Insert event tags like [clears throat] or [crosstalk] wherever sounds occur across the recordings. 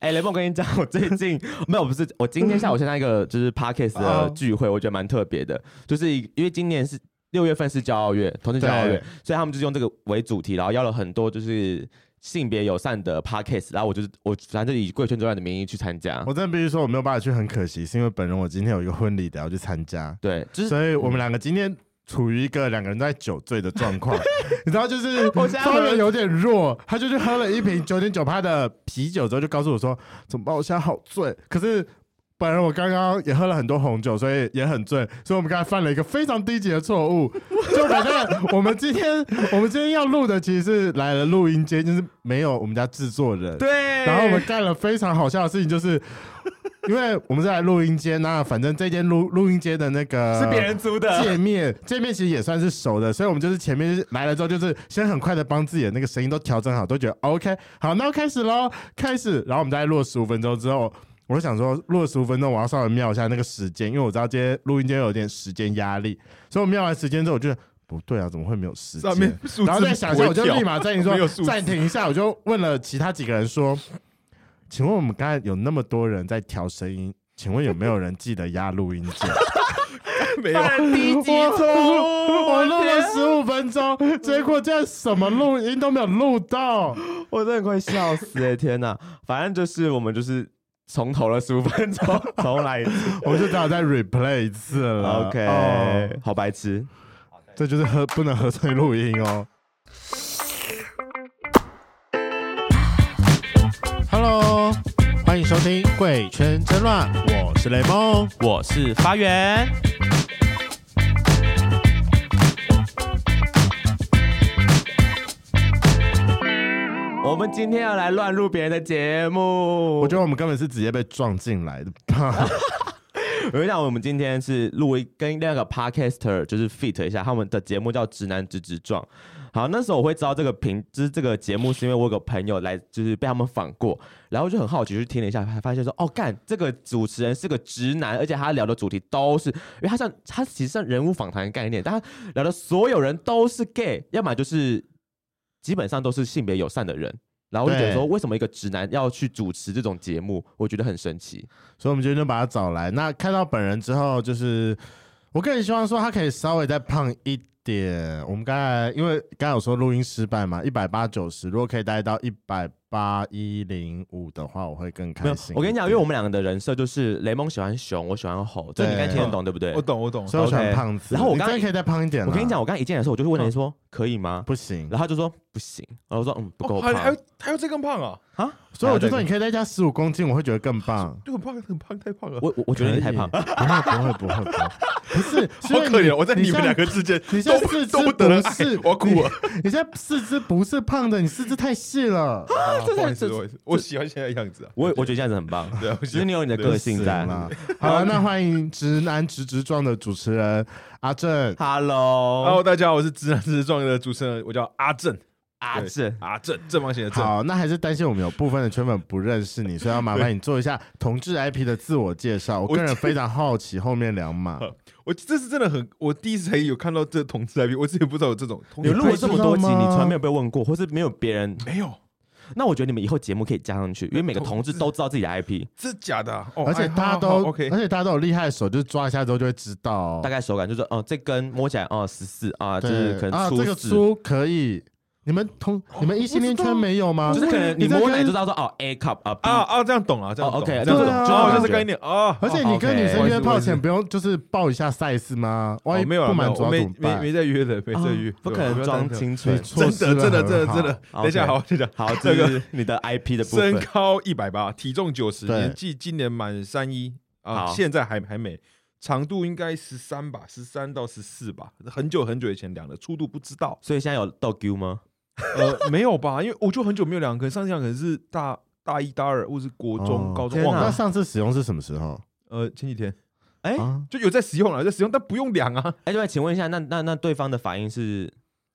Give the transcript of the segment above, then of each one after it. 哎、雷梦，我跟你讲，我最近没有，不是，我今天下午参加一个就是 podcast 的哦聚会，我觉得蛮特别的，就是一因为今年是六月份是骄傲月，同志骄傲月对，所以他们就是用这个为主题，然后邀了很多就是性别友善的 podcast，然后我就是我反正就以贵圈之外的名义去参加我，真的必须说我没有办法去，很可惜，是因为本人我今天有一个婚礼得要去参加，对，就是所以我们两个今天处于一个两个人在酒醉的状 [laughs] 况，你知道，就是我现在稍喝了微有点弱，他就去喝了一瓶九点九趴的啤酒之后，就告诉我说怎么办，我现在好醉，可是。本人我刚刚也喝了很多红酒，所以也很醉，所以我们刚才犯了一个非常低级的错误。就反正我们今天我们今天要录的其实是来了录音间，就是没有我们家制作人，对，然后我们干了非常好笑的事情，就是因为我们是来录音间，那反正这间录录音间的那个是别人租的，界面，界面其实也算是熟的，所以我们就是前面就是来了之后，就是先很快的帮自己的那个声音都调整好，都觉得 OK，好，那我开始喽，开始，然后我们再录十五分钟之后。我就想说，录了十五分钟，我要稍微瞄一下那个时间，因为我知道今天录音间有点时间压力，所以我瞄完时间之后，我就觉得不对啊，怎么会没有时间？上面数字然后再想一下，我就不会跳立马暂停说没有数字暂停一下，我就问了其他几个人说，请问我们刚才有那么多人在调声音，请问有没有人记得压录音键？没有，犯了低级 [laughs] 错误，我录天了十五分钟，结果竟然什么录音都没有录到。我真的快笑死哎、天哪！反正就是我们就是从头了十五分钟，重来一次。 [laughs] 我就只好再 replay 一次了。 OK，、哦好白痴。这就是喝不能喝醉录音哦。Hello，欢迎收听《贵圈争乱》，我是雷梦。我是发源。我们今天要来乱入别人的节目。我觉得我们根本是直接被撞进来的。我跟你 [laughs] 讲，我们今天是录一跟那个 podcaster 就是 fit 一下，他们的节目叫《直男直直撞》。好，那时候我会知道这个频，就是这个节目，是因为我有个朋友来，就是被他们访过，然后就很好奇去听了一下，才发现说，哦，干，这个主持人是个直男，而且他聊的主题都是，因为他像他其实像人物访谈概念，但他聊的所有人都是 gay，要么就是基本上都是性别友善的人。然后我就觉得对说，为什么一个直男要去主持这种节目？我觉得很神奇。所以我们今天就把他找来。那看到本人之后，就是我个人希望说他可以稍微再胖一点。我们刚才因为刚才有说录音失败嘛，一百八九十，如果可以带到一百八一零五的话，我会更没开有心，。我跟你 [laughs] 讲，因为我们两个的人设就是雷蒙喜欢熊，我喜欢猴，这你应该听得懂对不对？我懂，我懂。所以我喜啊欢 OK 胖子。然后我你刚真的可以再胖一点啦。我跟你讲，我刚一进来的时候，我就问你嗯说可以吗？不行，然后他就说不行，然后我说嗯不够哦还还胖有还有这更胖啊？啊，所以我就说你可以再加十五公斤，我会觉得更棒。就很胖，很胖，太胖了，我我我觉得你太胖， [laughs] 可以， [laughs] 不会不会不会不会，不是，是好因为可怜。我在你像们两个之间你现都在不四肢都不得人不爱是，我要哭了。你现在四肢不是胖的，你四肢太细了。啊不好意思，这不好意思，我喜欢现在的样子啊。我我觉得这样子很棒，对啊，我喜只是欢你有你的对个性在。啦。好了，那欢迎直男直直撞的主持人阿正。 Hello， Hello，大家好，我是直男直撞的主持人，我叫阿正，阿志，阿正，正方形的正。好，那还是担心我们有部分的圈粉不认识你，所以要麻烦你做一下同志 IP 的自我介绍。我个人非常好奇后面两码，哦我这是真的很，我第一次才有看到这同志 IP，我之前不知道有这种同你志录了 IP 这么多集，你知道你吗从来没有被问过，或是没有别人，没有，那我觉得你们以后节目可以加上去，因为每个同同志志都知道自己的 IP，这假的啊。哦 [laughs] 而且哎大家好都好好 OK，而且大家都有厉害的手，就是抓一下之后就会知道哦。大概手感就是哦，这根摸起来哦十四啊，就对是可能啊，粗这个十，书可以。你们同你们异性恋圈没有吗？就是可能啊你在摸跟奶就知道说哦 A cup 啊 B 啊啊，这样懂啊，这样哦懂，OK，这对样懂，啊哦，这这个是概念啊。 [laughs] 而且你跟女生约炮前 OK 不用就是报一下赛事吗？万一哦，没有了，不没满有，足我要没怎么没办？没在约的，没在约，啊不对可能装。清所以纯。错要要失真的，真的，了真的，很真的好。好等一下， OK 好，等一下， [laughs] 好，这这 [laughs] 个是你的 IP 的部身分。高一百八，体重九十，对年纪今年满三一啊，好现在还还没。长度应该十三吧，十三到十四吧，很久很久以前量的，粗度不知 [laughs] 道。所以现在有逗 Q 吗？呃，没有吧？因为我就很久没有量，可能上次量可能是大大一、大二，或是国中、哦高中，天忘哪那了。上次使用是什么时候？呃，前几天哎啊，就有在使用了，有在使用，但不用量啊。哎，对，请问一下，那那那对方的反应是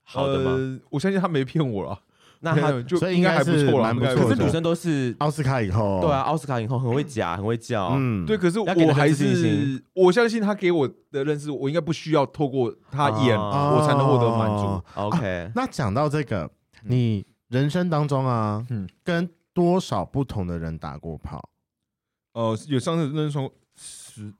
好的吗？呃，我相信他没骗我了。那没他有 [laughs] 就所以应该还应该是错了，蛮不应该还错可的是女生都是哦奥斯卡以后，对啊，，奥斯卡影后很会夹，很会叫。啊嗯，啊对，，可是要给我他还自信是心我相信他给我的认识，我应该不需要透过他演，啊我才能获得满足。。 OK，那讲到这个，你人生当中啊，嗯跟多少不同的人打过炮？呃，有上次那时候十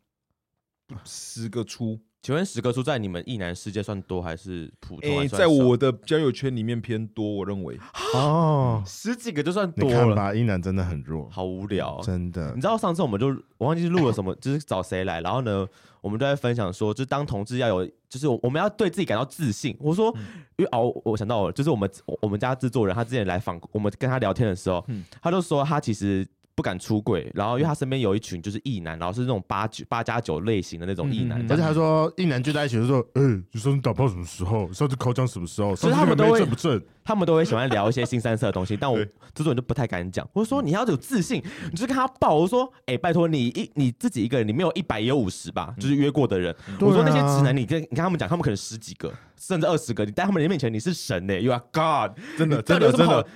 不十个出，请问十个数在你们一男世界算多还是普通还诶，算少？哎在我的交友圈里面偏多，我认为哦，十几个就算多你看了，吧，一男真的很弱，好无聊。啊真的嗯你。知道上次我们就我忘记录了什么， [clears throat] 就是找谁来，然后呢，我们都在分享说，就是当同志要有，就是我我们要对自己感到自信。我说，嗯因为哦，我我想到了，就是我们我我们家制作人他之前来访，我们跟他聊天的时候，嗯他就说他其实。不敢出柜，然后因为他身边有一群就是异男，然后是那种八九八加九类型的那种异男嗯嗯嗯，这而样且他说，一男聚在一起就说：“哎、你上次打炮什么时候？上次口讲什么时候？所上以他次那们个都妹会正不正？他们都会喜欢聊一些新三色的东西，但我对嗯这种就不太敢讲。我说你要有自信，你就跟他报，我说哎、拜托你一你自己一个人，你没有一百也有五十嗯吧，就是约过的人。对啊我说那些直男，你跟你跟他们讲，他们可能十几个甚至二十个，你在他们人面前你是神呢、y o u are God，真的你真到底有的什么真好的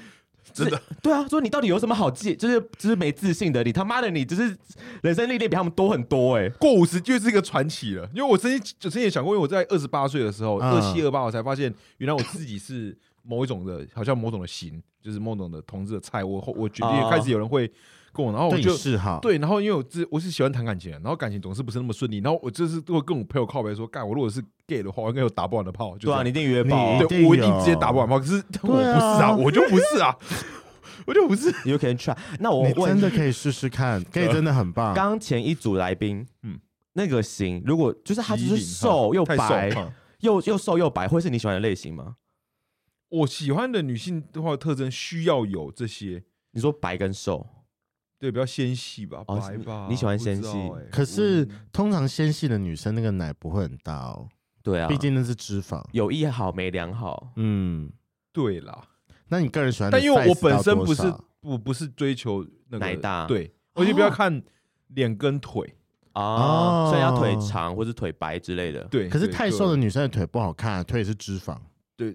真的，对啊，说你到底有什么好记，就是就是没自信的，你他妈的你就是人生历练比他们多很多哎、过五十就是一个传奇了。因为我曾经我曾经也想过，因为我在二十八岁的时候，嗯二七二八，我才发现原来我自己是某一种的，好像某种的型，就是某种的同志的菜。我后我决哦定开始有人会跟我，然后我对就你啊是哈？对，然后因为我自我是喜欢谈感情的，然后感情总是不是那么顺利，然后我就是会跟我朋友靠白说，干我如果是 gay 的话，我应该有打不完的炮，就对啊，这样你一定约爆、啊你，一对定我一定有直接打不完炮，可是我不是啊啊， [laughs] 我就不是啊，我就不是，你就可以 try。那我你问真的可以试试 [laughs] 看，gay 真的很棒。刚前一组来宾，嗯嗯，那个型，如果就是他就极是品瘦又太白瘦，了嗯又又瘦又白，会是你喜欢的类型吗？我喜欢的女性的话特征需要有这些，你说白跟瘦，对，比较纤细吧，哦白你吧，你喜欢不知纤道细欸可是我通常纤细的女生那个奶不会很大哦，对啊，毕竟那是脂肪。有一好没两好，嗯，对啦，那你个人喜欢的 size 但因到多少？为我本身不是不不是追求那个奶大哦对，而且不要看脸跟腿，啊，哦所以要腿长或是腿白之类的。对，可是对太对 [laughs] 瘦的女生的腿不好看、腿也是脂肪。对，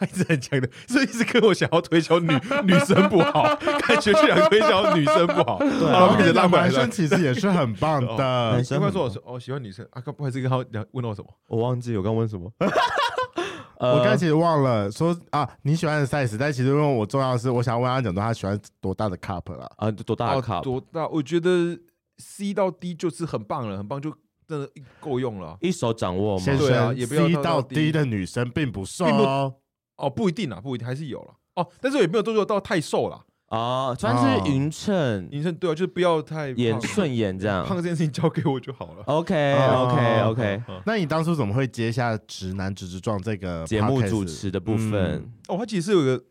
一直很强的，所以一直跟我想要推销女 [laughs] 女生不好，感觉去想推销女生 [laughs] 不好，对啊然后一直拉回来哦男了生。其实也是很棒男的。生刚刚说我说 [laughs] 哦喜欢女生啊，刚不好意思跟他聊问到我什么？我忘记我刚问什么， [laughs] 呃我刚才其实忘了说啊，你喜欢的 size，但其实问我重要的是，我想要问他讲说他喜欢多大的 cup 啦。啊多大的哦卡？多大？我觉得 C 到 D 就是很棒了，很棒，就真的够用了。一手掌握吗？先对啊生也不要，C 到到到 D D 的女生并不瘦并不哦，哦，不一定啊，不一定，还是有了。哦，但是也没有做做到太瘦了。啊，算是匀称、女生对啊，就是不要太眼胖，顺嗯眼这样。哦胖这件事情交给我就好了。 [laughs] OK OK OK，那你当初怎么会接下《直男直直撞》这个节目 podcast？主持的部分嗯哦，他其实有一个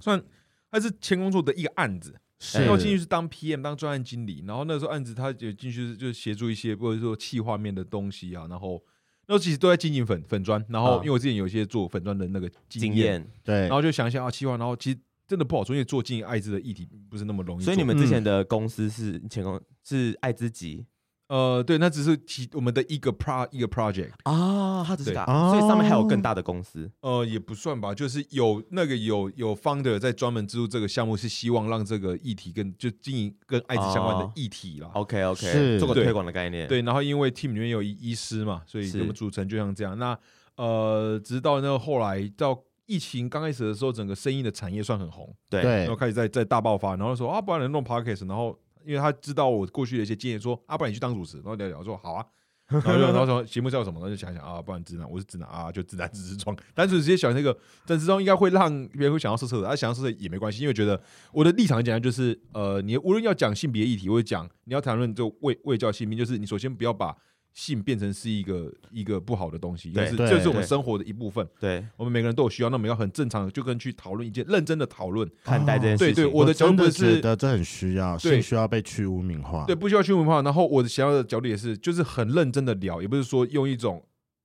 算，他是前工作的一个案子，是要进去是当 PM 当专案经理，然后那时候案子他也进去是就是协助一些或者说企划面的东西啊，然后那时候其实都在经营粉粉砖，然后啊因为我之前有一些做粉砖的那个经经验，验。对然，后就想一想啊企划，然后其实真的不好做，因为做经营艾滋的议题不是那么容易所做，以你们之前的公司是前公是爱之己呃对，那只是其我们的一个 pro 一个 project，啊，他只是对打，哦所以上面还有更大的公司。呃也不算吧，就是有那个有有 founder 在专门资助这个项目，是希望让这个议题跟就经营跟艾滋相关的哦议题啦， OK OK，是做个对推广的概念。，对，然后因为 team 里面有医医师嘛，所以是我们组成就像这样。那呃，直到那个后来到疫情刚开始的时候，整个声音的产业算很红，对对然后开始在在大爆发，然后说啊，不然能弄 podcast，然后因为他知道我过去的一些经验，说啊，不然你去当主持，然后聊聊我说好啊。然后就然后说节目叫什么，然后就想想啊，不然直男，我是直男啊，就直男直直装。 [laughs] 但是直接想那个但直装应该会让别人会想要色色的，啊他、想要色色也没关系，因为我觉得我的立场很简单，就是呃，你无论要讲性别议题，或者讲你要谈论这卫卫教性命，就是你首先不要把性变成是一个一个不好的东西，对就是对这是我们对生活的一部分，对，我们每个人都有需要，那我们要很正常的就跟去讨论一件认真的讨论，看待这件事情。对对我的角真度的不觉是得这很需要，对性需要被去污名化。对，不需要去文化。然后我的想要的角度也是，就是很认真的聊，也不是说用一种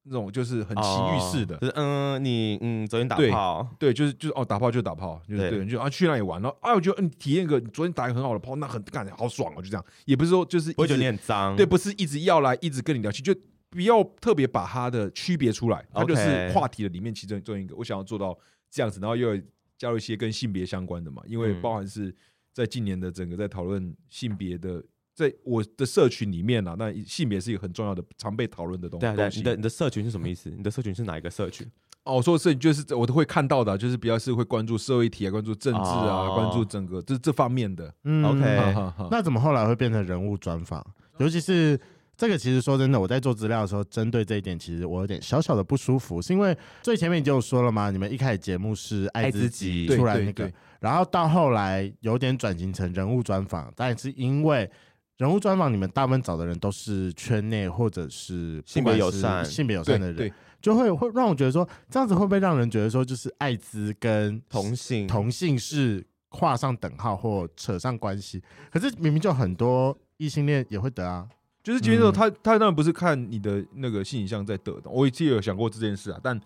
那种就是很奇遇式的，哦就是嗯，你嗯昨天打对炮，对，就是就是哦，打炮就打炮，就是对对，你就啊去那里玩，然后啊，我觉得嗯，体验一个你昨天打一个很好的炮，那很干好爽哦，就这样，也不是说就是我一觉得你直很脏。对，不是一直要来一直跟你聊起，就不要特别把它的区别出来，它就 OK 是话题的里面其中其中一个，我想要做到这样子，然后又有加入一些跟性别相关的嘛，因为嗯包含是在近年的整个在讨论性别的。在我的社群里面啊，那性别是一个很重要的、常被讨论的东对啊对啊东你西。的你的社群是什么意思？你的社群是哪一个社群？哦，我说的事情就是我都会看到的啊，就是比较是会关注社会议题啊，关注政治啊，哦关注整个这这方面的。嗯 OK 哈哎哈哈那怎么后来会变成人物专访？尤其是这个，其实说真的，我在做资料的时候，针对这一点，其实我有点小小的不舒服，是因为最前面已经有说了嘛，你们一开始节目是爱爱自自己，己，对出来对那个对然后到后来有点转型成人物专访，但是因为。人物专访，你们大部分找的人都是圈内或者是性别不管友是善性别友善的对人对，，就会会让我觉得说，这样子会不会让人觉得说，就是艾滋跟同性同性是画上等号或扯上关系，可是明明就很多异性恋也会得啊。就是即便说嗯他他当然不是看你的那个性影像在得的，我也记得有想过这件事啊，但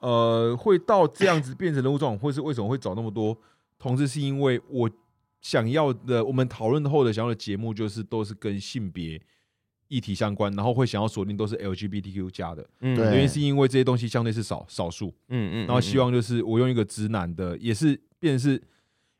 呃，会到这样子变成人物状况，或是为什么会找那么多同志，是因为我想要的，我们讨论后的想要的节目就是都是跟性别议题相关，然后会想要锁定都是 LGBTQ 加的，嗯对原因是因为这些东西相对是少少数，嗯嗯，然后希望就是我用一个直男的，也是变成是，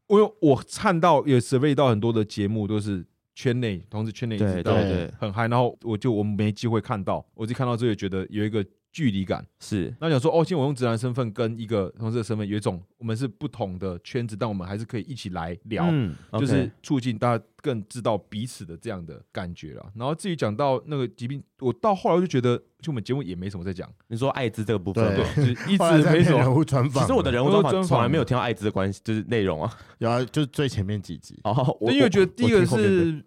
因为我看到也 survey 到很多的节目都是圈内同志圈内一对直到对对很嗨，然后我就我没机会看到，我自己看到之后也觉得有一个距离感。是那想说，哦，现在我用直男身份跟一个同志的身份有一种我们是不同的圈子，但我们还是可以一起来聊，嗯， OK 就是促进大家更知道彼此的这样的感觉了。然后至于讲到那个疾病，我到后来我就觉得，就我们节目也没什么在讲，你说艾滋这个部分对吗对，就是 [laughs] 一后来直才没变什么人物专其访。实我的人物专都是访专访从来没有听到艾滋的关系，就是内容啊。有啊，就是最前面几集，哦，我 [laughs] 对，因为我觉得第一个听后面的是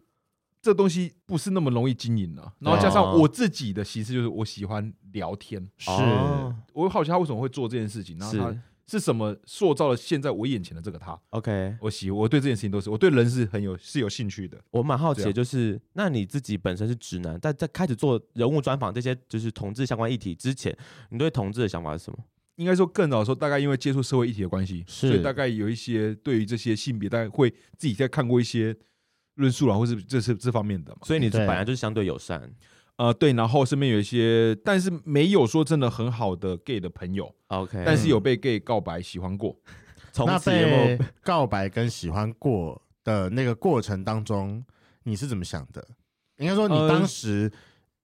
这东西不是那么容易经营啊，然后加哦上我自己的形式就是我喜欢聊天，是哦我好奇他为什么会做这件事情，然后他是是什么塑造了现在我眼前的这个他。 OK，我喜我对这件事情都是我对人是很有是有兴趣的，我蛮好奇这的，样就是那你自己本身是直男，但在开始做人物专访这些就是同志相关议题之前，你对同志的想法是什么？应该说更早的时候，大概因为接触社会议题的关系，是所以大概有一些对于这些性别，大概会自己在看过一些论述啦，啊或是这是这方面的嘛。所以你是对本来就是相对友善。呃，对，然后身边有一些，但是没有说真的很好的 gay 的朋友，嗯 OK，但是有被 gay 告白喜欢过。从那此有没被有告白跟喜欢过的那个过程当中，你是怎么想的？应该说你呃当时。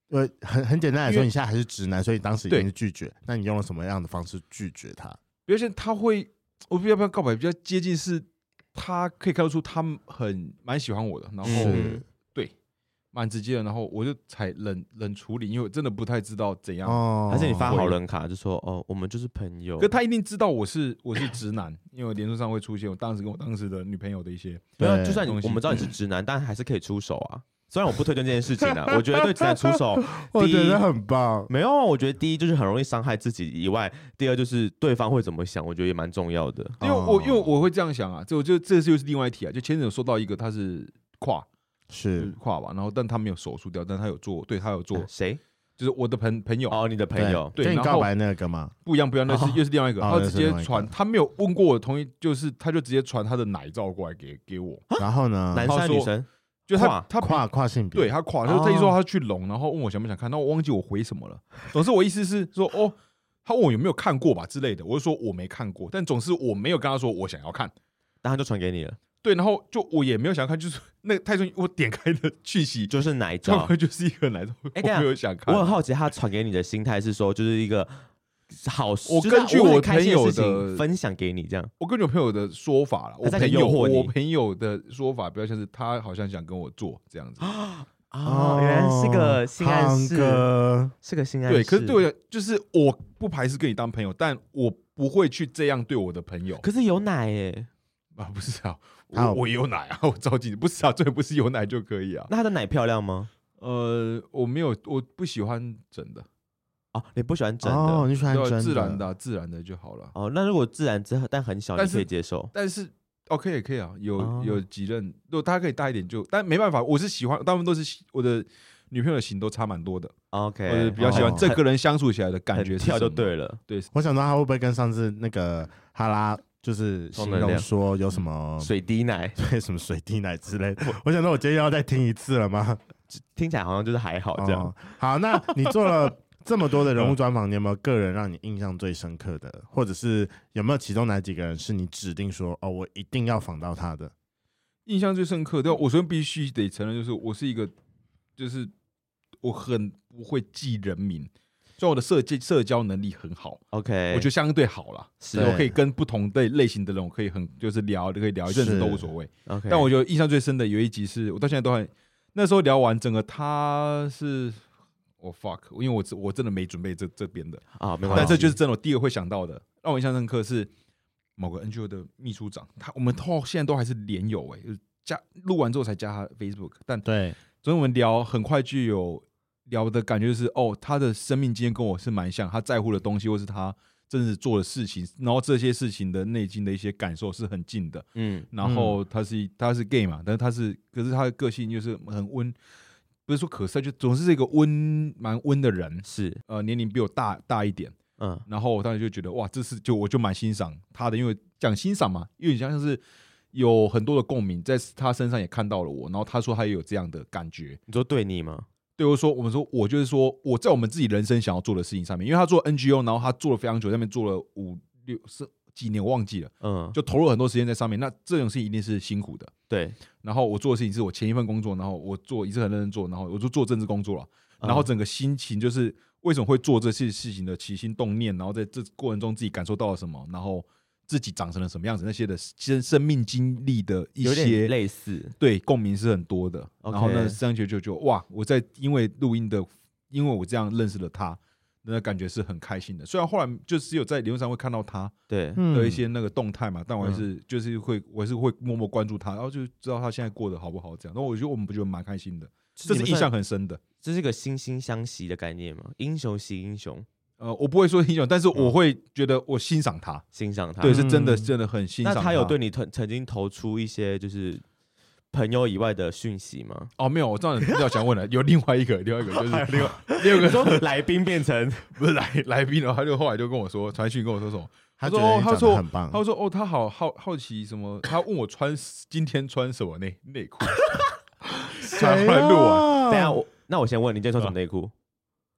呃，很很简单来因说，为你现在还是直男，所以当时已对经是拒绝。那你用了什么样的方式拒绝他？比如说他会，我比较不要告白，比较接近是，他可以看得出他很蛮喜欢我的，然后嗯是蛮直接的，然后我就才冷冷处理，因为我真的不太知道怎样。哦，嗯还是你发会好人卡，就说哦，我们就是朋友可。他一定知道我是我是直男，因为我脸书上会出现我当时跟我当时的女朋友的一些，没有，对就算你东西嗯我们知道你是直男，但还是可以出手啊。虽然我不推荐这件事情啊，我觉得对直男出手，我第一觉得很棒。没有啊，我觉得第一就是很容易伤害自己以外，第二就是对方会怎么想，我觉得也蛮重要的。因为我、哦因为我会这样想啊，这我就这就是另外一题啊，就前阵有说到一个他是跨就是是，跨吧，然后但他没有手术掉，但他有做对他有做，哎谁？就是我的朋朋友哦，你的朋友。对跟你然告后白那个吗？不一样，不一样，那是哦又是另外一个，哦他那直是接另外一个传，他没有问过我同意，就是他就直接传他的奶照过来给给我，然后呢？啊男他生说女生就跨他他跨跨性别，对他垮，他哦就他一说他去龙，然后问我想不想看，那我忘记我回什么了。总之我意思是说，哦，他问我有没有看过吧之类的，我就说我没看过，但总是我没有跟他说我想要看。然后就传给你了，对，然后就我也没有想要看，就是那个泰顺我点开的 [laughs] 讯息，就是哪一他招？们就是一个来的，啊哎等 [laughs] 我一下没有想看我。很好奇，他传给你的心态是说，就是一个好，我就是根据我我很开心朋友事情的分享给你这样。我跟我朋友的说法了，我他在朋友诱惑你我朋友的说法比较像是他好像想跟我做这样子，啊哦，原来是个性暗胖示，哥是个性暗示。对，可是对啊我，就是我不排斥跟你当朋友，但我不会去这样对我的朋友。可是有奶耶， [laughs] 啊，不是啊，好我我有奶啊，我 [laughs] 着急，不是啊，最不是有奶就可以啊。那他的奶漂亮吗？呃，我没有，我不喜欢整的，哦，你不喜欢整哦，的你喜欢对啊真自然的啊、自然的就好了。哦。那如果自然之但很小，但你可以是接受。但是 OK 也可以啊，有、哦有几任，如果他可以大一点就，但没办法，我是喜欢，大部分都是喜我的女朋友的型都差蛮多的，我是 OK，比较喜欢哦这个人相处起来的感觉很是跳什就么对了。对，我想到他会不会跟上次那个哈拉就是形充能容量说有什嗯么水滴奶 [laughs] 对什么水滴奶之类的。我想到我今天又要再听一次了吗？听起来好像就是还好这样哦。好，那你做了这么多的人物专访，你有没有个人让你印象最深刻的，或者是有没有其中哪几个人是你指定说哦，我一定要访到他的？印象最深刻，但我首先必须得承认，就是我是一个，就是我很不会记人名，虽然我的社交社交能力很好， OK，我觉得相对好啦，是我可以跟不同的类型的人，我可以很就是聊，可以聊一阵子是都无所谓。得 OK，但我觉得印象最深的有一集是我到现在都很，那时候聊完整个他是我、fuck，因为我真我真的没准备这这边的，啊，没关系，但这就是真的我第一个会想到的，让我印象深刻是某个 NGO 的秘书长，他我们到现在都还是连友哎、就是加录完之后才加他的 Facebook，但对，所以我们聊很快就有聊的感觉就是，哦，他的生命经验跟我是蛮像，他在乎的东西或是他真实做的事情，然后这些事情的内心的一些感受是很近的。嗯然后他是、他是 gay 嘛，但是他是可是他的个性就是很温，不是说可塞，就总是一个温蛮温的人。是呃，年龄比我大大一点，嗯然后我当时就觉得哇，这是就我就蛮欣赏他的，因为讲欣赏嘛，因为你像是有很多的共鸣，在他身上也看到了我，然后他说他也有这样的感觉，你说对你吗？对我说，我们说，我就是说，我在我们自己人生想要做的事情上面，因为他做 NGO，然后他做了非常久，在那边做了五六是几年，我忘记了，嗯，就投入很多时间在上面。那这种事情一定是辛苦的。对，然后我做的事情是我前一份工作，然后我做也是很认真做，然后我就做政治工作了。嗯然后整个心情就是为什么会做这些事情的起心动念，然后在这过程中自己感受到了什么，然后自己长成了什么样子，那些的生生命经历的一有些点类似，对，共鸣是很多的。 OK 然后呢，张学就就哇，我在因为录音的，因为我这样认识了他，那感觉是很开心的。虽然后来就是有在理论上会看到他对，嗯的一些那个动态嘛，嗯但我还是就是会，我还是会默默关注他，然后就知道他现在过得好不好这样。那我觉得我们不觉得蛮开心的，这你是们印象算，很深的。这是一个惺惺相惜的概念吗？英雄惜英雄，呃，我不会说英雄，但是嗯我会觉得我欣赏他，欣赏他。对，是真的，嗯真的很欣赏那他有对你曾曾经投出一些就是朋友以外的讯息 [laughs] 吗？哦，没有，我知道你要想问了，有另外一个，另外一 [laughs] 个就是另外 [laughs] 另外一个说来宾变成不是来来宾了，他就后来就跟我说，传讯跟我说什么？他说觉得哦你他长说得很棒，他说哦，他好好好奇什么？他问我穿今天穿什么内内裤，传谁过来录完。啊等一下我，那我先问你，今天穿什么内裤？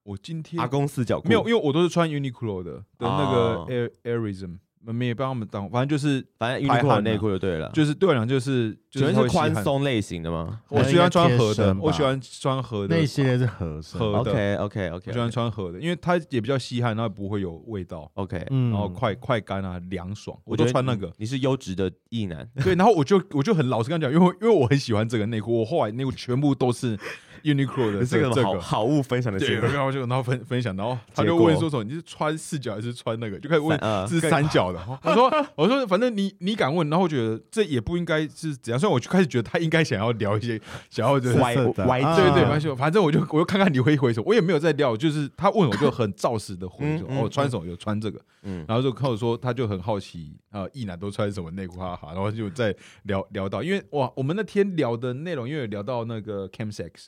我今天阿公四角裤啊没有，因，为我都是穿 Uniqlo 的的那哦个 Air Airism，没也帮他们当，反正就是反正排 Uniqlo 的汗啊内裤就对了。就是对我来讲就是就主要它会是吸宽汗，松类型的吗我喜欢穿那应该贴合的身，吧我喜欢穿合的那一，系列是和声，合？OK 的 OK 我喜欢 OK 穿合的，因为它也比较吸汗，然后不会有味道， OK，嗯然后快快干啊，凉爽，我觉都得穿那你个。你是优质的异男， [laughs] 对，然后我就我就很老实跟他讲，因为因为我很喜欢这个内裤，我后来内裤全部都是 Uniqlo 的 [laughs] 这这个个这好个。好物分享的对，节目，然后就然后分分享，然后他结就果问说什么？你是穿四角还是穿那个？就开始问三呃是更三角的。我说我说反正你你敢问，然后我觉得这也不应该是怎样。虽然我就开始觉得他应该想要聊一些，想要就是歪色的歪啊对对对，啊没关系，反正我就我就看看你会回什么，我也没有在聊，就是他问我就很照实的回嗯说，嗯哦，穿什么有穿这个，嗯嗯，然后就跟我说他就很好奇，呃，一男都穿什么内裤，哈哈，然后就在聊聊到，因为哇，我们那天聊的内容，因为有聊到那个 chem sex，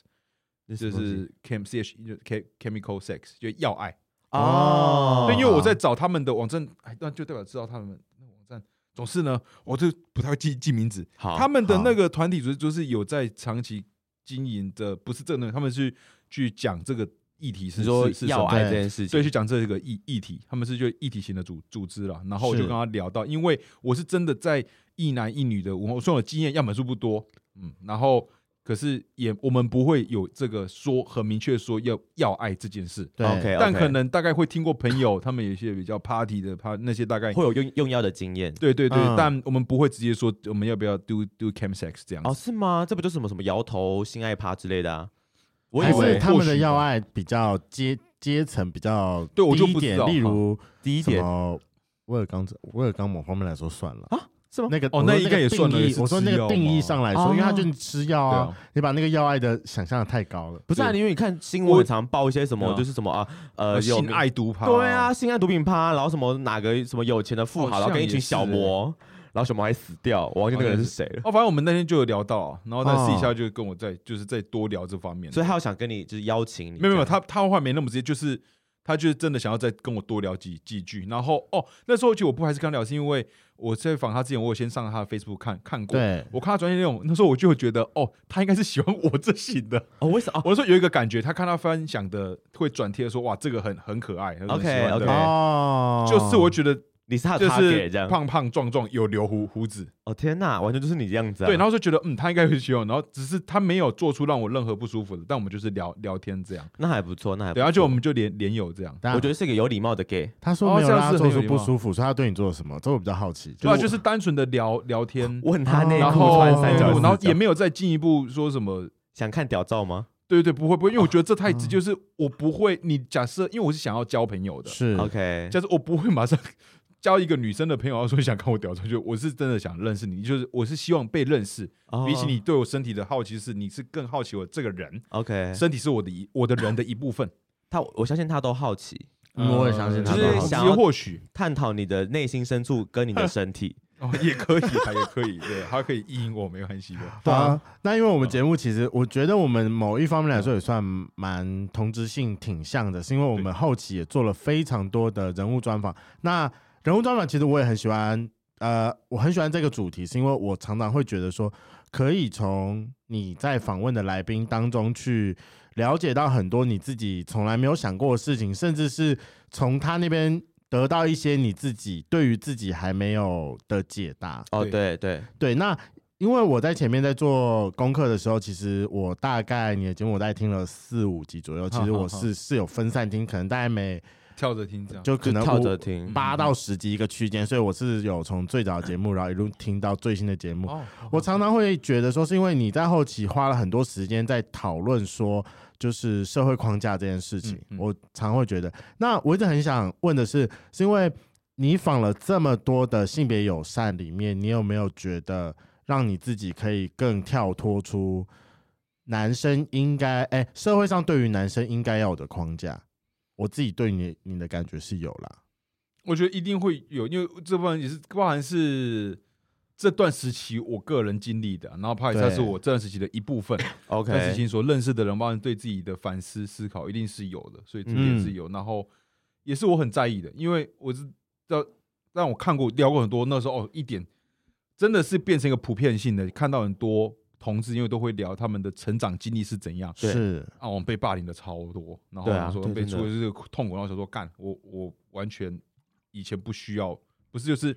就什么东西是 chem c h 就 chem chemical sex，就药爱，哦，对，因为我在找他们的网站，哎，那就代表知道他们那网站。总是呢，我就不太会记记名字，好他们的那个团体组织就是有在长期经营的，不是这个，他们是去讲这个议题你是说是是什要么，爱这件事情，对，去讲这个议议题，他们是就议题型的组组织了。然后我就是跟他聊到，因为我是真的在一男一女的文化，我说我经验样本数不多，嗯，然后可是也我们不会有这个说很明确说要要爱这件事。对 OK，但可能大概会听过朋友，他们有一些比较 party 的，他那些大概会有用用药的经验。对对对，嗯但我们不会直接说我们要不要 do do cam sex 这样子哦，。是吗？这不就什么什么摇头、性爱趴之类的啊？我还以是为他或们许的吧要爱比较阶阶层比较对我就低一不知点道嗯例哈如第一什点么威尔刚威尔刚某方面来说算了。是吗？那个哦我那说应个该也定算了义也是我说吃那个药定义嘛上来说，因为他就是吃药哦对啊啊，你把那个药爱的想象的太高了。不是啊，对因为你看新我闻常报一些什么，对啊就是什么啊，呃，有性爱毒趴，对啊，，性爱毒品趴，然后什么哪个什么有钱的富豪，好然后跟一群哦像也是小魔，然后小魔还死掉，我忘记那个人是谁了。哦，反正我们那天就有聊到啊，然后但私底下就跟我在就是再多聊这方面，所以他有想跟你就是邀请你，没有没有，这样他他话没那么直接，就是他就是真的想要再跟我多聊几几句。然后哦，那时候其实我不还是跟他聊，是因为我在访他之前，我有先上他的 Facebook 看看过。对，我看他专业内容，那时候我就会觉得，哦，他应该是喜欢我这型的。哦，为什么？哦我那时候有一个感觉，他看他分享的会转贴说，哇，这个很很可爱很喜欢 OK，OK 的对哦，就是我觉得你是他的就 target 是这样。胖胖壮壮有留胡胡子，哦天哪，完全就是你这样子、啊。对，然后就觉得嗯，他应该会喜欢，然后只是他没有做出让我任何不舒服的，但我们就是聊聊天这样，那还不错，那还不对，错。而且我们就连连友这样，我觉得是个有礼貌的 gay。他说哦没有这让样他是做很有出礼不貌舒服，所以他对你做了什么？这我比较好奇。对啊，我就是单纯的聊聊天，问他内然裤后穿三角对四角，哦然后也没有再进一步说什么。想看屌照吗对对，不会不会，因为我觉得这太直嗯接，就是我不会。你假设，因为我是啊想要交朋友的，是？OK，嗯就是我不会马上交一个女生的朋友，然后说你想看我屌照，就我是真的想认识你，就是我是希望被认识。哦比起你对我身体的好奇是，你是更好奇我这个人， OK，身体是我的一我的人的一部分。他我相信他都好奇，嗯我也相信就他都是好奇想要或许探讨你的内心深处跟你 [laughs] 的身体。哦也可以，他也可以，对，他可以意淫我，没关系的。对啊，那因为我们节目其实，我觉得我们某一方面来说也算蛮同质性挺像的，是因为我们后期也做了非常多的人物专访。那人物专访其实我也很喜欢，呃，我很喜欢这个主题，是因为我常常会觉得说，可以从你在访问的来宾当中去了解到很多你自己从来没有想过的事情，甚至是从他那边得到一些你自己对于自己还没有的解答。哦，对对对，对，那因为我在前面在做功课的时候，其实我大概你的节目我大概听了四五集左右，其实嗯我好好是是有分散听，可能大概每跳着听这样，就可就能跳五着听。嗯八到十集一个区间，所以我是有从最早的节目，然后一路听到最新的节目。哦，我常常会觉得说，是因为你在后期花了很多时间在讨论说，就是社会框架这件事情。嗯嗯我常会觉得，那我一直很想问的是，是因为你访了这么多的性别友善里面，你有没有觉得让你自己可以更跳脱出男生应该哎、社会上对于男生应该要有的框架？我自己对你你的感觉是有啦，我觉得一定会有，因为这部分也是包含是这段时期我个人经历的，啊然后帕里萨对是我这段时期的一 [laughs] 部分。但是 OK，情所认识的人，包含对自己的反思思考，一定是有的，所以这点嗯是有。然后也是我很在意的，因为我知道让我看过聊过很多，那时候哦一点真的是变成一个普遍性的，看到很多同志，因为都会聊他们的成长经历是怎样。对是啊，我们被霸凌的超多，然后对啊我说对被真出的的这个痛苦，然后想说干，我我完全以前不需要，不是就是，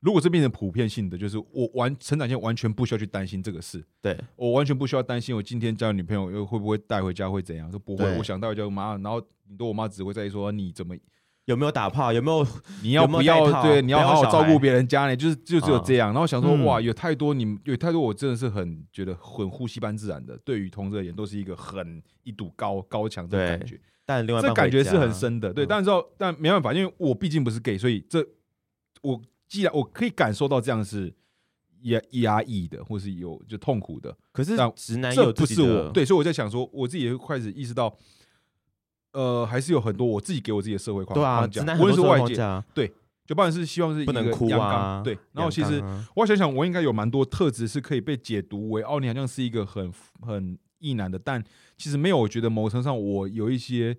如果这变成普遍性的，就是我完成长线完全不需要去担心这个事，对，我完全不需要担心我今天交的女朋友又会不会带回家会怎样，说不会，对我想带回家妈，然后顶多我妈只会在意说你怎么有没有打炮？有没有你要有没有不要带套啊对，不你要要好好小照孩顾别人家呢，就是就只有嗯这样。然后想说，嗯哇，有太多你们有太多，我真的是很觉得很呼吸般自然的，对于同志而言都是一个很一堵高高墙的对感觉，但另外一这半感回觉家是很。深的。对，嗯但是哦但没办法，因为我毕竟不是 gay，所以这我既然我可以感受到这样是压压抑的，或是有就痛苦的，可是但直男这有不自己是我的，对，所以我在想说，我自己也开始意识到，呃，还是有很多我自己给我自己的社会框对啊，框架直男无很论多社是会外框界，架啊就不然是希望是一不个能哭阳啊刚，，对。然后其阳实刚啊我想想，我应该有蛮多特质是可以被解读为哦，你好像是一个很很异男的，但其实没有。我觉得某程度上，我有一些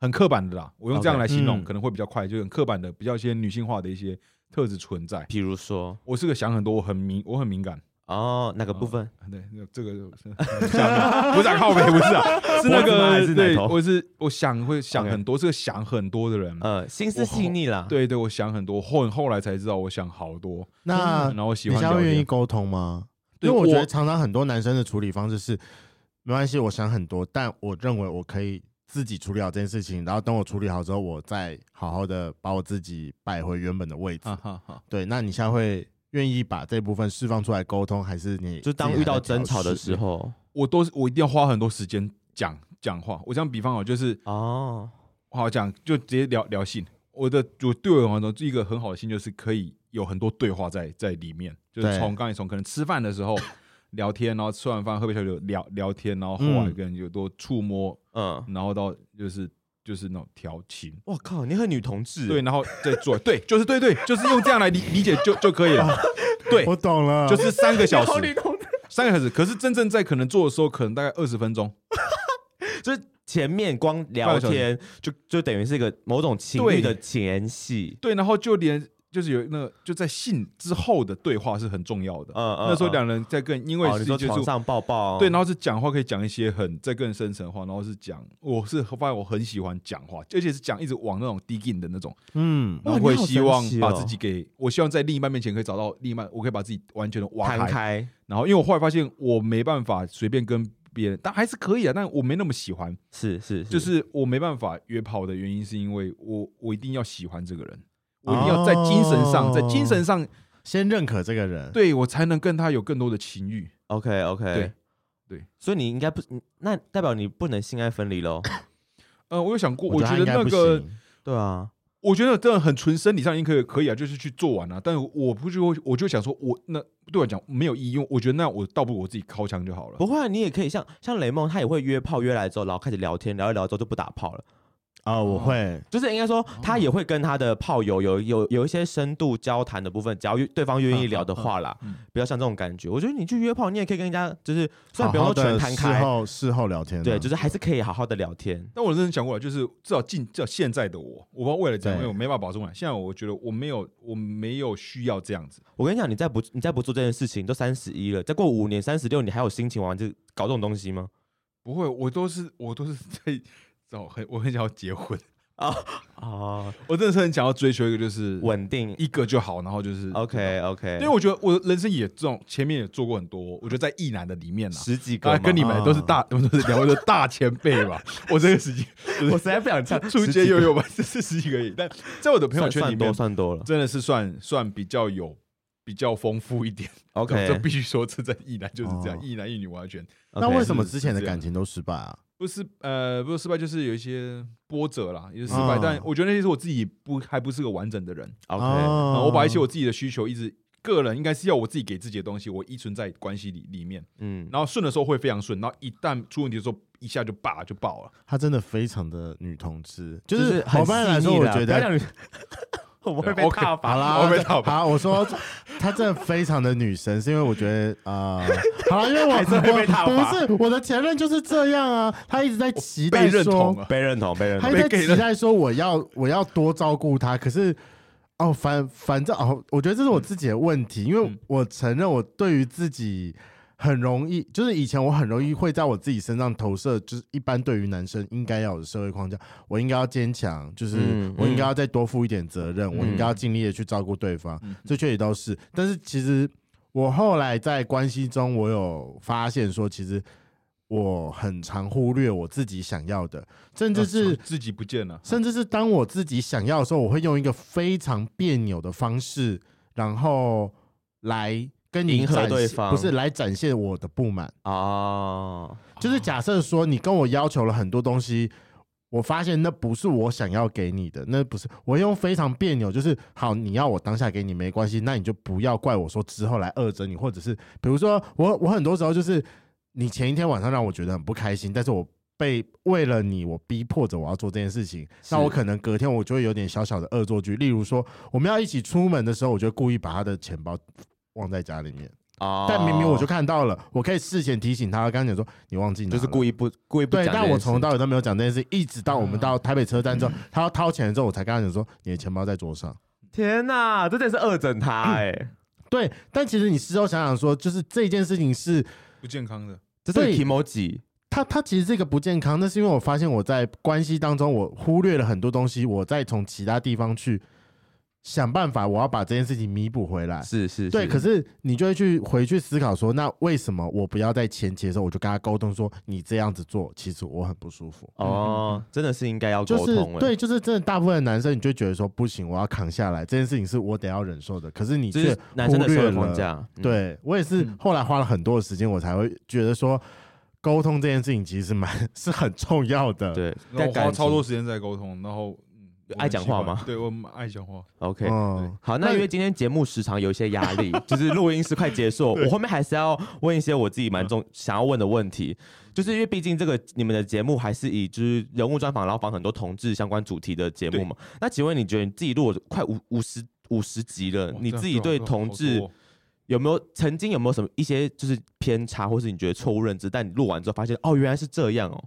很刻板的啦，我用这样 OK，来形容嗯可能会比较快，就很刻板的，比较一些女性化的一些特质存在。比如说我是个想很多，我很敏，我很敏感。哦，哪个部嗯分？对，那这个是不是啊靠背，不是啊，是那脖子吗还个是奶对，头我是我想会想 OK 很多，是个想很多的人。呃，心思我细腻啦。，对对，我想很多，后后来才知道我想好多，那然后我喜你欢现在聊会愿意天。沟通吗？因对为我觉我得常常很多男生的处理方式是，没关系，我想很多，但我认为我可以自己处理好这件事情，然后等我处理好之后，我再好好的把我自己摆回原本的位置。啊哈哈哈，对，那你现在会愿意把这部分释放出来沟通，还是你就当遇到争吵的时候？候我都是我一定要花很多时间讲讲话。我这样比方哦，就是哦，好讲，就直接聊聊性。我的我对我来说，一个很好的性就是可以有很多对话在在里面，就是对从刚才从可能吃饭的 [coughs] 时候聊天，然后吃完饭喝杯小酒聊聊天，然后后来嗯跟有多触摸，嗯，然后到就是就是那种调情，我靠，你很女同志，对，，然后再做，对，就是对对，就是用这样来理理解就就可以了，对，我懂了，就是三个小 [laughs] 好女时，同志。三个小时，可是真正在可能做的时候，可能大概二十分钟，就是前面光聊天就就等于是一个某种情对欲的前戏，对，然后就连就是有那个就在性之后的对话是很重要的。嗯嗯，那时候嗯两人在更因为哦实你际说接床触，上抱抱，对，然后是讲话可以讲一些很在更深层的话，然后是讲我是发现我很喜欢讲话，而且是讲一直往那种 digging 的那种，嗯，哇然后会你好希望神奇哦把自己给我希望在另一半面前可以找到另一半，我可以把自己完全的挖摊开。开，然后因为我后来发现我没办法随便跟别人，但还是可以啊，但我没那么喜欢，是是，就是我没办法约炮的原因是因为我我一定要喜欢这个人，我一定要在精神上，在精神上先认可这个人，对我才能跟他有更多的情欲。 OK OK，对对，所以你应该不，那代表你不能性爱分离 [laughs] 喽？呃，我有想过，我觉觉他得应该那不个行对啊，我觉得真的很纯生理上应该可以可以啊，就是去做完啊。但我不就我就想说我，那对我来讲没有意义，因为我觉得那我倒不如我自己掏枪就好了。不会啊，你也可以像像雷梦，他也会约炮约来之后，然后开始聊天，聊一聊之后就不打炮了。哦，我会，就是应该哦说，他也会跟他的炮友有有有一些深度交谈的部分，只要对方愿意聊的话啦，嗯嗯比较像这种感觉。我觉得你去约炮，你也可以跟人家就是，虽然不用好好说全地摊开事，后事后聊天啊，对，就是还是可以好好的聊天。但我认真想过来，啊就是至少近至少现在的我，我不知道未来怎样，对因为我没办法保证未来。现在我觉得我没有我没有需要这样子。我跟你讲，你再不你再不做这件事情，都三十一了，再过五年三十六，你还有心情玩这搞这种东西吗？不会，我都是我都是在 [laughs] 找很我很想要结婚，哦啊，我真的是很想要追求一个就是稳定。一个就好，然后就是。 OK 啊 OK，因为我觉得我人生也这种前面也做过很多，我觉得在意男的里面啊，十几个啊，嘛，跟你们都是大， [laughs] 我们都是两位都是大前辈 [laughs] 吧。我这个时间我实在不想唱 [laughs] 出街游泳吧，这是十几个而已。但在我的朋友圈里算面多，算多了。真的是算算比较有比较丰富一点。这 [laughs] OK，必须说，这在意男就是这样哦，一男一女完全那为什么是之前的是这样感情都失败啊？不是呃不是失败，就是有一些波折啦，也是失败嗯。但我觉得那些是我自己不还不是个完整的人， OK？然哦后我把一些我自己的需求一直。个人应该是要我自己给自己的东西，我依存在关系里里面，嗯，然后顺的时候会非常顺，然后一旦出问题的时候，一下就爆就爆了。她真的非常的女同志，就就是是好般来说，我觉得。 [laughs] 啊我们会会被被踏踏好伐。啦，我被套吧好，我说她真的非常的女神，是因为我觉得啊，好啦，因为我还是会被踏我伐不是我的前任就是这样啊，她一直在期待被认说同，了。被认同，被认他同一。直被在给期了待说我要我要多照顾他，可是哦，反反正哦，我觉得这是我自己的问题，因为嗯我承认我对于自己很容易，就是以前我很容易会在我自己身上投射，就是一般对于男生应该要有的社会框架，我应该要坚强，就是嗯我应该要再多负一点责任，我应该要尽力的去照顾对方，嗯这确实都是，但是其实。我后来在关系中，我有发现说，其实我很常忽略我自己想要的，甚嗯至是自己不见了，甚至是当我自己想要的时候，我会用一个非常别扭的方式，然后来跟你迎合展对现方不是来展现我的不满。哦，就是假设说你跟我要求了很多东西，我发现那不是我想要给你的，那不是我用非常别扭，就是好你要我当下给你没关系，那你就不要怪我说之后来恶整你，或者是比如说我我很多时候就是你前一天晚上让我觉得很不开心，但是我。被为了你，我逼迫着我要做这件事情，是那我可能隔天我就会有点小小的恶作剧，例如说我们要一起出门的时候，我就故意把他的钱包忘在家里面，哦但明明我就看到了，我可以事前提醒他，刚刚讲说你忘记拿了，就是故意不故意不对，讲这件事。嗯但我从头到尾都没有讲这件事，一直到我们到台北车站之后，他要掏钱之后，我才跟他讲说你的钱包在桌上。天哪，这真的是恶整 [coughs] 他哎，对，但其实你事后想想说，就是这件事情是不健康的。这是对 emoji 他他其实这个不健康，那是因为我发现我在关系当中我忽略了很多东西，我再从其他地方去想办法，我要把这件事情弥补回来。是是对，可是你就会去回去思考说，那为什么我不要在前期的时候我就跟他沟通说，你这样子做，其实我很不舒服。哦，真的是应该要沟就是通哎。对，就是真的，大部分的男生你就觉得说不行，我要扛下来这件事情是我得要忍受的。可是你就却是男生的社忽略会了框架，嗯，对我也是嗯后来花了很多的时间，我才会觉得说沟通这件事情其实是蛮 [laughs] 是很重要的。，嗯对，然后我感花情超多时间在沟通，然后嗯我爱讲话很喜欢吗对我很爱讲话， OK，嗯，好，那那因为今天节目时长有一些压 [laughs] 力，就是录音是快结束，我后面还是要问一些我自己蛮重想要问的问题，就是因为毕竟这个你们的节目还是以就是人物专访，然后访很多同志相关主题的节目嘛。那请问你觉得你自己录了快五五十五十集了哇，呃你这样自己好对好同好志多哦有没有曾经有没有什么一些就是偏差，或是你觉得错误认知，但你录完之后发现哦原来是这样哦，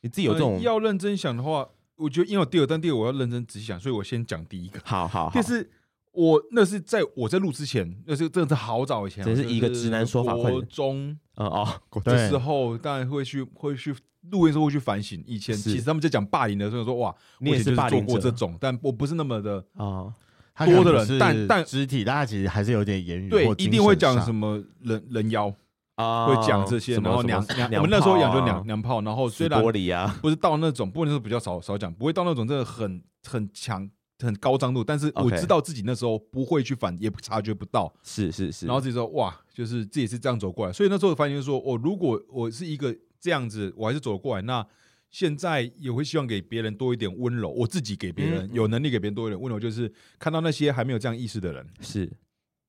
你自己有这种呃要认真想的话，我觉得因为我第二，但第二我要认真仔细想，所以我先讲第一个。好好好第，四，我那是在我在录之前，那是真的是好早以前啊，这是就一个直男说法快国点中嗯哦，的对时候，当然会去会去录音时候会去反省。以前是其实他们在讲霸凌的时候说，哇，你我也以前是就是霸凌做过者这种，但我不是那么的哦，他可能多的人不是但但肢体，但他其实还是有点言语对或，一精定会神讲上什么人人妖，啊会讲这哦些，什么然后什么娘娘，娘我们那时候炮养就啊娘娘炮，然后死虽然玻璃啊，不是到那种，不过那时候比较少少讲，不会到那种真的很很强。很高张度，但是我 OK 知道自己那时候不会去反，也察觉不到，是是是，然后自己说哇，就是自己是这样走过来，所以那时候我发现就是说，我、如果我是一个这样子，我还是走过来，那现在也会希望给别人多一点温柔，我自己给别人、嗯有能力给别人多一点温柔，就是看到那些还没有这样意识的人，是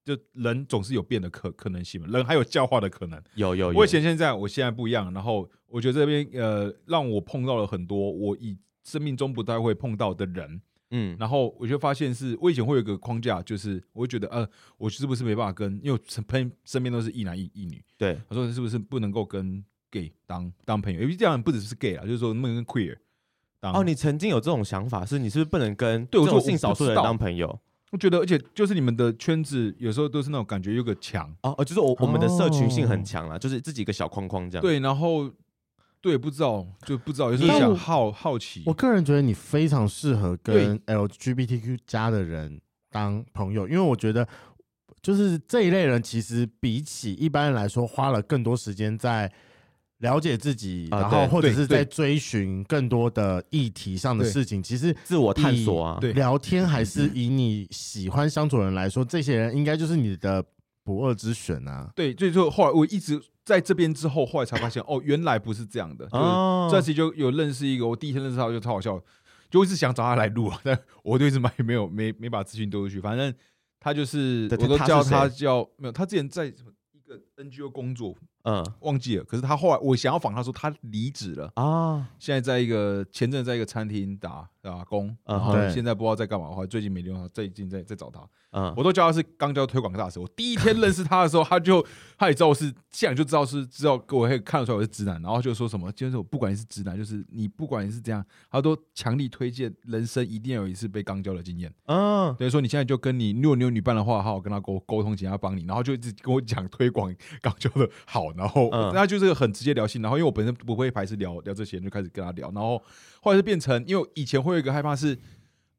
就人总是有变的可可能性嘛，人还有教化的可能。有有哦有，我以前现在，我现在不一样，然后我觉得这边呃，让我碰到了很多我以生命中不太会碰到的人，嗯然后我就发现是，我以前会有一个框架，就是我会觉得，呃，我是不是没办法跟，因为我身边身边都是一男一一女，对他说是不是不能够跟 gay 当当朋友？因为这样不只是 gay 啊，就是说能不能跟 queer 当哦，你曾经有这种想法，是你是不是不能跟对我这说种我性不少数知人道当朋友？我觉得，而且就是你们的圈子有时候都是那种感觉有个墙，哦，哦就是我我们的社群性很哦强啦，就是自己一个小框框这样。对，然后对不知道就不知道，有时候但想我好好奇，我个人觉得你非常适合跟 LGBTQ 加的人当朋友，因为我觉得就是这一类人其实比起一般人来说，花了更多时间在了解自己，啊然后对或者对是在对追寻更多的议题上的对事情。其实自我探索啊，对嗯聊天还是以你喜欢相处的人来说，这些人应该就是你的不二之选啊。对，所以说后来我一直在这边之后，后来才发现哦，原来不是这样的。就是哦，这期就有认识一个，我第一天认识他就超好笑，就一直想找他来录啊， [laughs] 但我就一直没没有没没把资讯丢出去。反正他就是对我都他叫是他谁叫没有，他之前在什么一个 NGO 工作嗯忘记了，可是他后来我想要访他说他离职了，啊，现在在一个前阵在一个餐厅打打工，嗯然后对现在不知道在干嘛，后来最近没联络他，最近在在找他。嗯，我都叫他是肛交推广大使。我第一天认识他的时候，他就 [laughs] 他也知道我是，现在就知道是知道，我会看得出来我是直男，然后就说什么，就是我不管你是直男，就是你不管你是怎样，他都强力推荐人生一定要有一次被肛交的经验。嗯，等于说你现在就跟你，如果你有女伴的话，好好跟他沟沟通，请他帮你，然后就一直跟我讲推广肛交的好，然后嗯那、就是很直接聊性，然后因为我本身不会排斥聊聊这些，就开始跟他聊，然后后来就变成，因为我以前会有一个害怕是，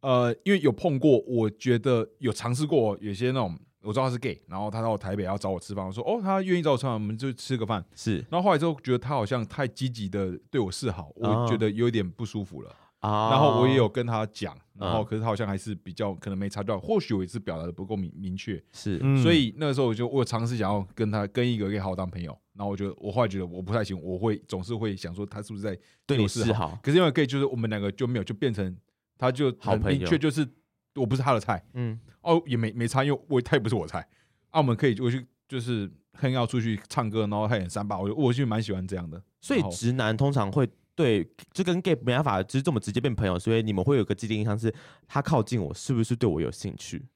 呃，因为有碰过，我觉得有尝试过，有些那种我知道他是 gay，然后他到台北要找我吃饭，我说哦，他愿意找我吃饭，我们就吃个饭。是然后后来之后觉得他好像太积极的对我示好，哦我觉得有点不舒服了。哦啊，然后我也有跟他讲，然嗯后可是他好像还是比较可能没察觉到，或许我也是表达的不够明明确，是嗯所以那个时候我就我有尝试想要跟他跟一个可以好好当朋友，然后我觉得我后来觉得我不太行，我会总是会想说他是不是在对我你示示啊好，可是因为 gay 就是我们两个就没有就变成他就好很朋友明确就是我不是他的菜嗯，哦，也没没差，因为我他也不是我的菜啊，我们可以我去就是很要出去唱歌，然后他也很三八，我就我就蛮喜欢这样的，所以然后直男通常会对就跟 gay 没办法，就是这么直接变朋友，所以你们会有个既定印象是，他靠近我是不是对我有兴趣？嗯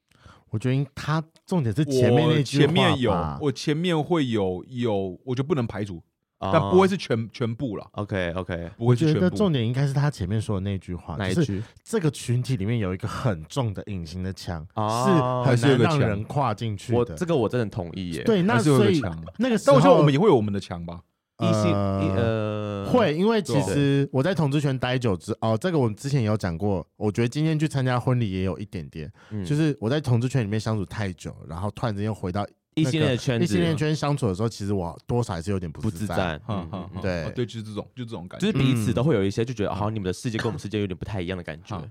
我觉得他重点是我前面那句话前面有吧我前面会有有，我就不能排除，但但不会是全全部了， OK OK，不会我是觉全得部重。点应该是他前面说的那句话，哪一就是句？这个群体里面有一个很重的隐形的墙，哦是还是有很个难让墙人跨进去我的。这个我真的同意耶。对，那还是有所个以墙那个时但候，我觉得我们也会有我们的强吧，异性一呃呃会，因为其对啊实我在同志圈待久之哦，这个我之前也有讲过，我觉得今天去参加婚礼也有一点点，嗯就是我在同志圈里面相处太久，然后突然之间回到异性恋的圈子，异性恋圈相处的时候，其实我多少还是有点不不自。在，哈嗯哈嗯哈嗯对哦对，就是这种，就这种感就觉。是彼此嗯都会有一些就觉得，好，你们的世界跟我们世界有点不太一样的感觉嗯。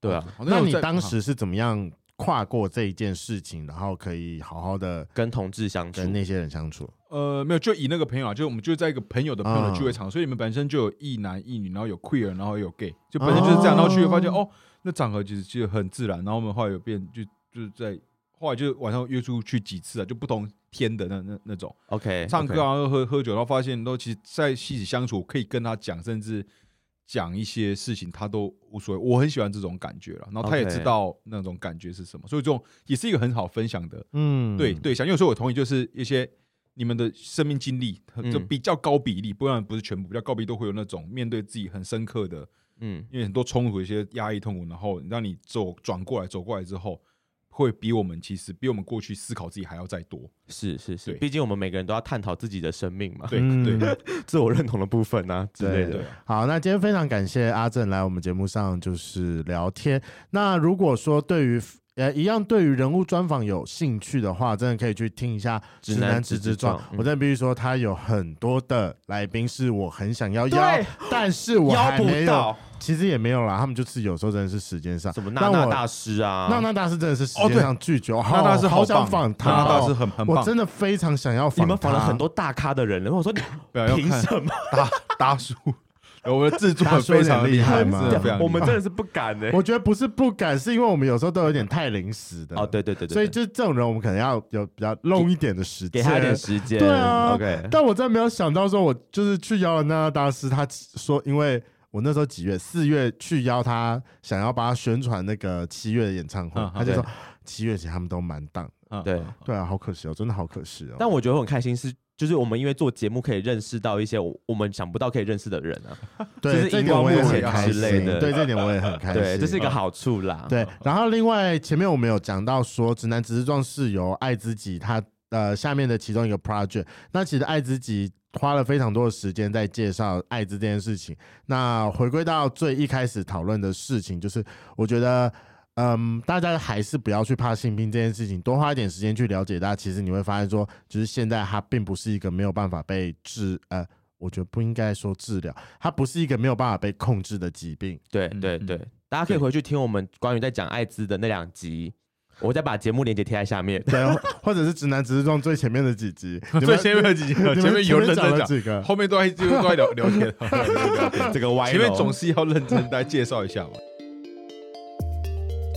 对啊，哦那我你在当啊时是怎么样跨过这一件事情，然后可以好好的跟同志相处跟那些人相处？呃没有，就以那个朋友啊，就我们就在一个朋友的朋友的嗯聚会场，所以你们本身就有一男一女，然后有 queer，然后有 gay，就本身就是这样，然后去发啊现哦，那场合其实其实很自然，然后我们后来有变，就就在后来就晚上约出去几次啊，就不同天的那那那种。 ，OK，唱歌啊，喝喝酒，然后发现都其实在一起相处，可以跟他讲，甚至讲一些事情，他都无所谓。我很喜欢这种感觉了，然后他也 OK 知道那种感觉是什么，所以这种也是一个很好分享的嗯，对对象。因为有时候我同意，就是一些你们的生命经历，嗯就比较高比例，不然不是全部，比较高比例都会有那种面对自己很深刻的，嗯，因为很多冲突、一些压抑、痛苦，然后让你走转过来，走过来之后。会比我们其实比我们过去思考自己还要再多。是是是，对毕竟我们每个人都要探讨自己的生命嘛，对嗯对 [laughs] 自我认同的部分啊之类的。对啊，好，那今天非常感谢阿正来我们节目上就是聊天。那如果说对于呃，一样对于人物专访有兴趣的话，真的可以去听一下《直直男男直直直直撞》撞我嗯真的必须说，他有很多的来宾是我很想要邀对，但是我邀还不没有到。其实也没有啦，他们就是有时候真的是时间上。什么娜那娜我大师啊，娜娜大师真的是时哦间对上拒绝，娜娜是好好想棒访他娜哦，娜大师很很我棒，真的非常想要访你们访了他很多大咖的人，然后我说 [laughs] 你哎不要要凭看什么？大大叔，我们的制作大叔有非点常厉害 [laughs] 害嘛真的非常厉害我们真的是不敢欸 [laughs] 呢。我觉得不是不敢，是因为我们有时候都有点太临时的哦，对对对对，所以对就这种人，我们可能要有比较弄一点的时间，给他一点时间。对啊 OK，但我真的没有想到，说我就是去邀了娜娜大师，他说，因为我那时候几月，四月去邀他，想要帮他宣传那个七月的演唱会，嗯他就对说七月其实他们都蛮档，嗯对对啊，好可惜哦，真的好可惜哦。但我觉得我很开心是。就是我们因为做节目可以认识到一些我我们想不到可以认识的人啊，就对是这荧点光我也幕很前开之心类的对这点我也很开心，哦对，这是一个好处啦。对，然后另外前面我们有讲到说，直男直视状是由爱自己他呃下面的其中一个 project，那其实爱自己花了非常多的时间在介绍艾滋这件事情。那回归到最一开始讨论的事情，就是我觉得。嗯，大家还是不要去怕性病这件事情，多花一点时间去了解它。其实你会发现说，就是现在它并不是一个没有办法被治，呃，我觉得不应该说治疗，它不是一个没有办法被控制的疾病。对嗯对嗯对，大家可以对回去听我们关于在讲艾滋的那两集，我再把节目链接贴在下面。对，或者是直男直视撞最前面的几 [laughs] 集，你最们前面有几集，你前们面有认讲真了讲，几个？后面都还都在聊聊天， [laughs] 这个歪哦前面楼总是要认真来介绍一下嘛。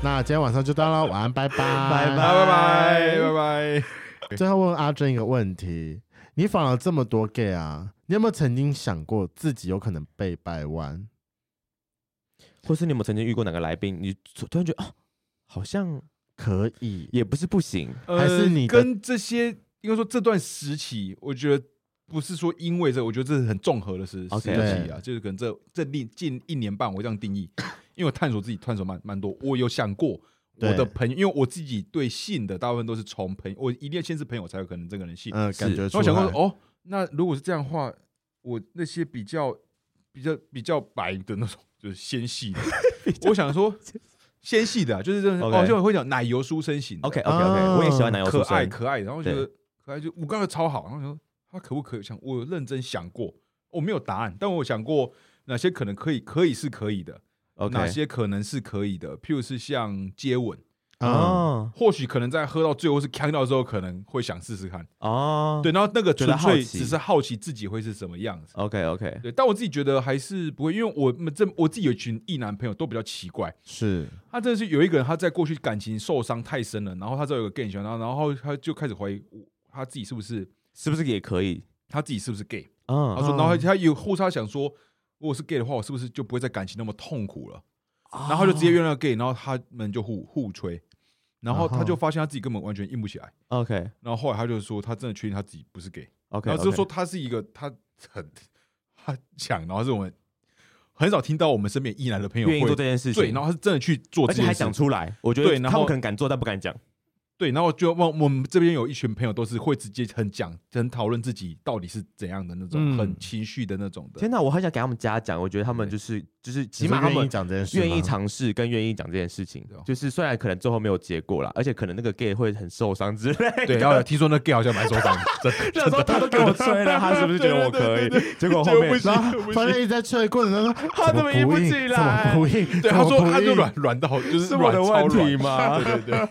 那今天晚上就到了，晚安，拜拜，拜拜拜拜拜拜。最后问阿珍一个问题：你访了这么多 gay 啊，你有没有曾经想过自己有可能被掰弯？或是你有没有曾经遇过哪个来宾，你突然觉得哦，好像可以，也不是不行，还是你的呃跟这些应该说这段时期，我觉得不是说因为这个，我觉得这是很综合的时时 OK 期啊，就是可能这这近近一年半，我这样定义，因为我探索自己探索蛮蛮多，我有想过。我对的朋友，因为我自己对性的大部分都是从朋友，我一定要先是朋友才有可能这个人信。嗯、感觉然出后来。想过说，哦，那如果是这样的话，我那些比较比较比较白的那种，就是纤 [laughs] 细的，我想说纤细的、啊，就是这种 OK 哦，就会讲奶油书生型的 OK OK OK，、我也喜欢奶油可出身爱可爱，然后觉对得可爱就我刚才超好，然后说他可不可以想，我有认真想过，我没有答案，但我想过哪些可能可以，可以是可以的 OK 哪些可能是可以的，譬如是像接吻，嗯，哦或许可能在喝到最后是呛到之后，可能会想试试看。哦，对，然后那个觉纯得好粹奇哦只是好奇自己会是什么样子。 ，OK OK，对，但我自己觉得还是不会，因为我们这我自己有一群异男朋友都比较奇怪，是他真的是有一个人他在过去感情受伤太深了，然后他知道有个 gay 喜欢他，然后他就开始怀疑我他自己是不是是不是也可以？他自己是不是 gay，他嗯说，然后他有后他想说，如果是 gay 的话，我是不是就不会在感情那么痛苦了？啊然后他就直接约那个 gay，然后他们就互互吹，然后啊他就发现他自己根本完全硬不起来， OK 然后后来他就说他真的确定他自己不是 gay。 OK，然后就说他是一个他很他讲，然后是我们很少听到我们身边一男的朋友愿意会做这件事情，对，然后他是真的去做而这且件还事情，讲出来，我觉对得然他们后可能敢做，但不敢讲。对，然后就我我们这边有一群朋友都是会直接很讲很讨论自己到底是怎样的那种、嗯很情绪的那种的，天哪，我很想给他们嘉奖，我觉得他们对就是就是起起码码他愿意们讲这件事吗，愿意尝试跟愿意讲这件事情对哦，就是虽然可能最后没有结果啦，而且可能那个 gay 会很受伤之 [laughs] 类的。对，然后听说那 gay 好像蛮受 [laughs] 伤的，真的那时候他都给我吹了，他是不是觉得我可以？结果后面结果然后发现一直在吹的过程当中，他怎么怎硬么不不硬起来怎么不硬？对，怎他么 [laughs] 说不他就硬软软到就是是我软的超问题软， [laughs] 吗？对对对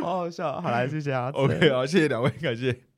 好好笑，好来谢谢啊，OK 啊，谢谢两位，感谢。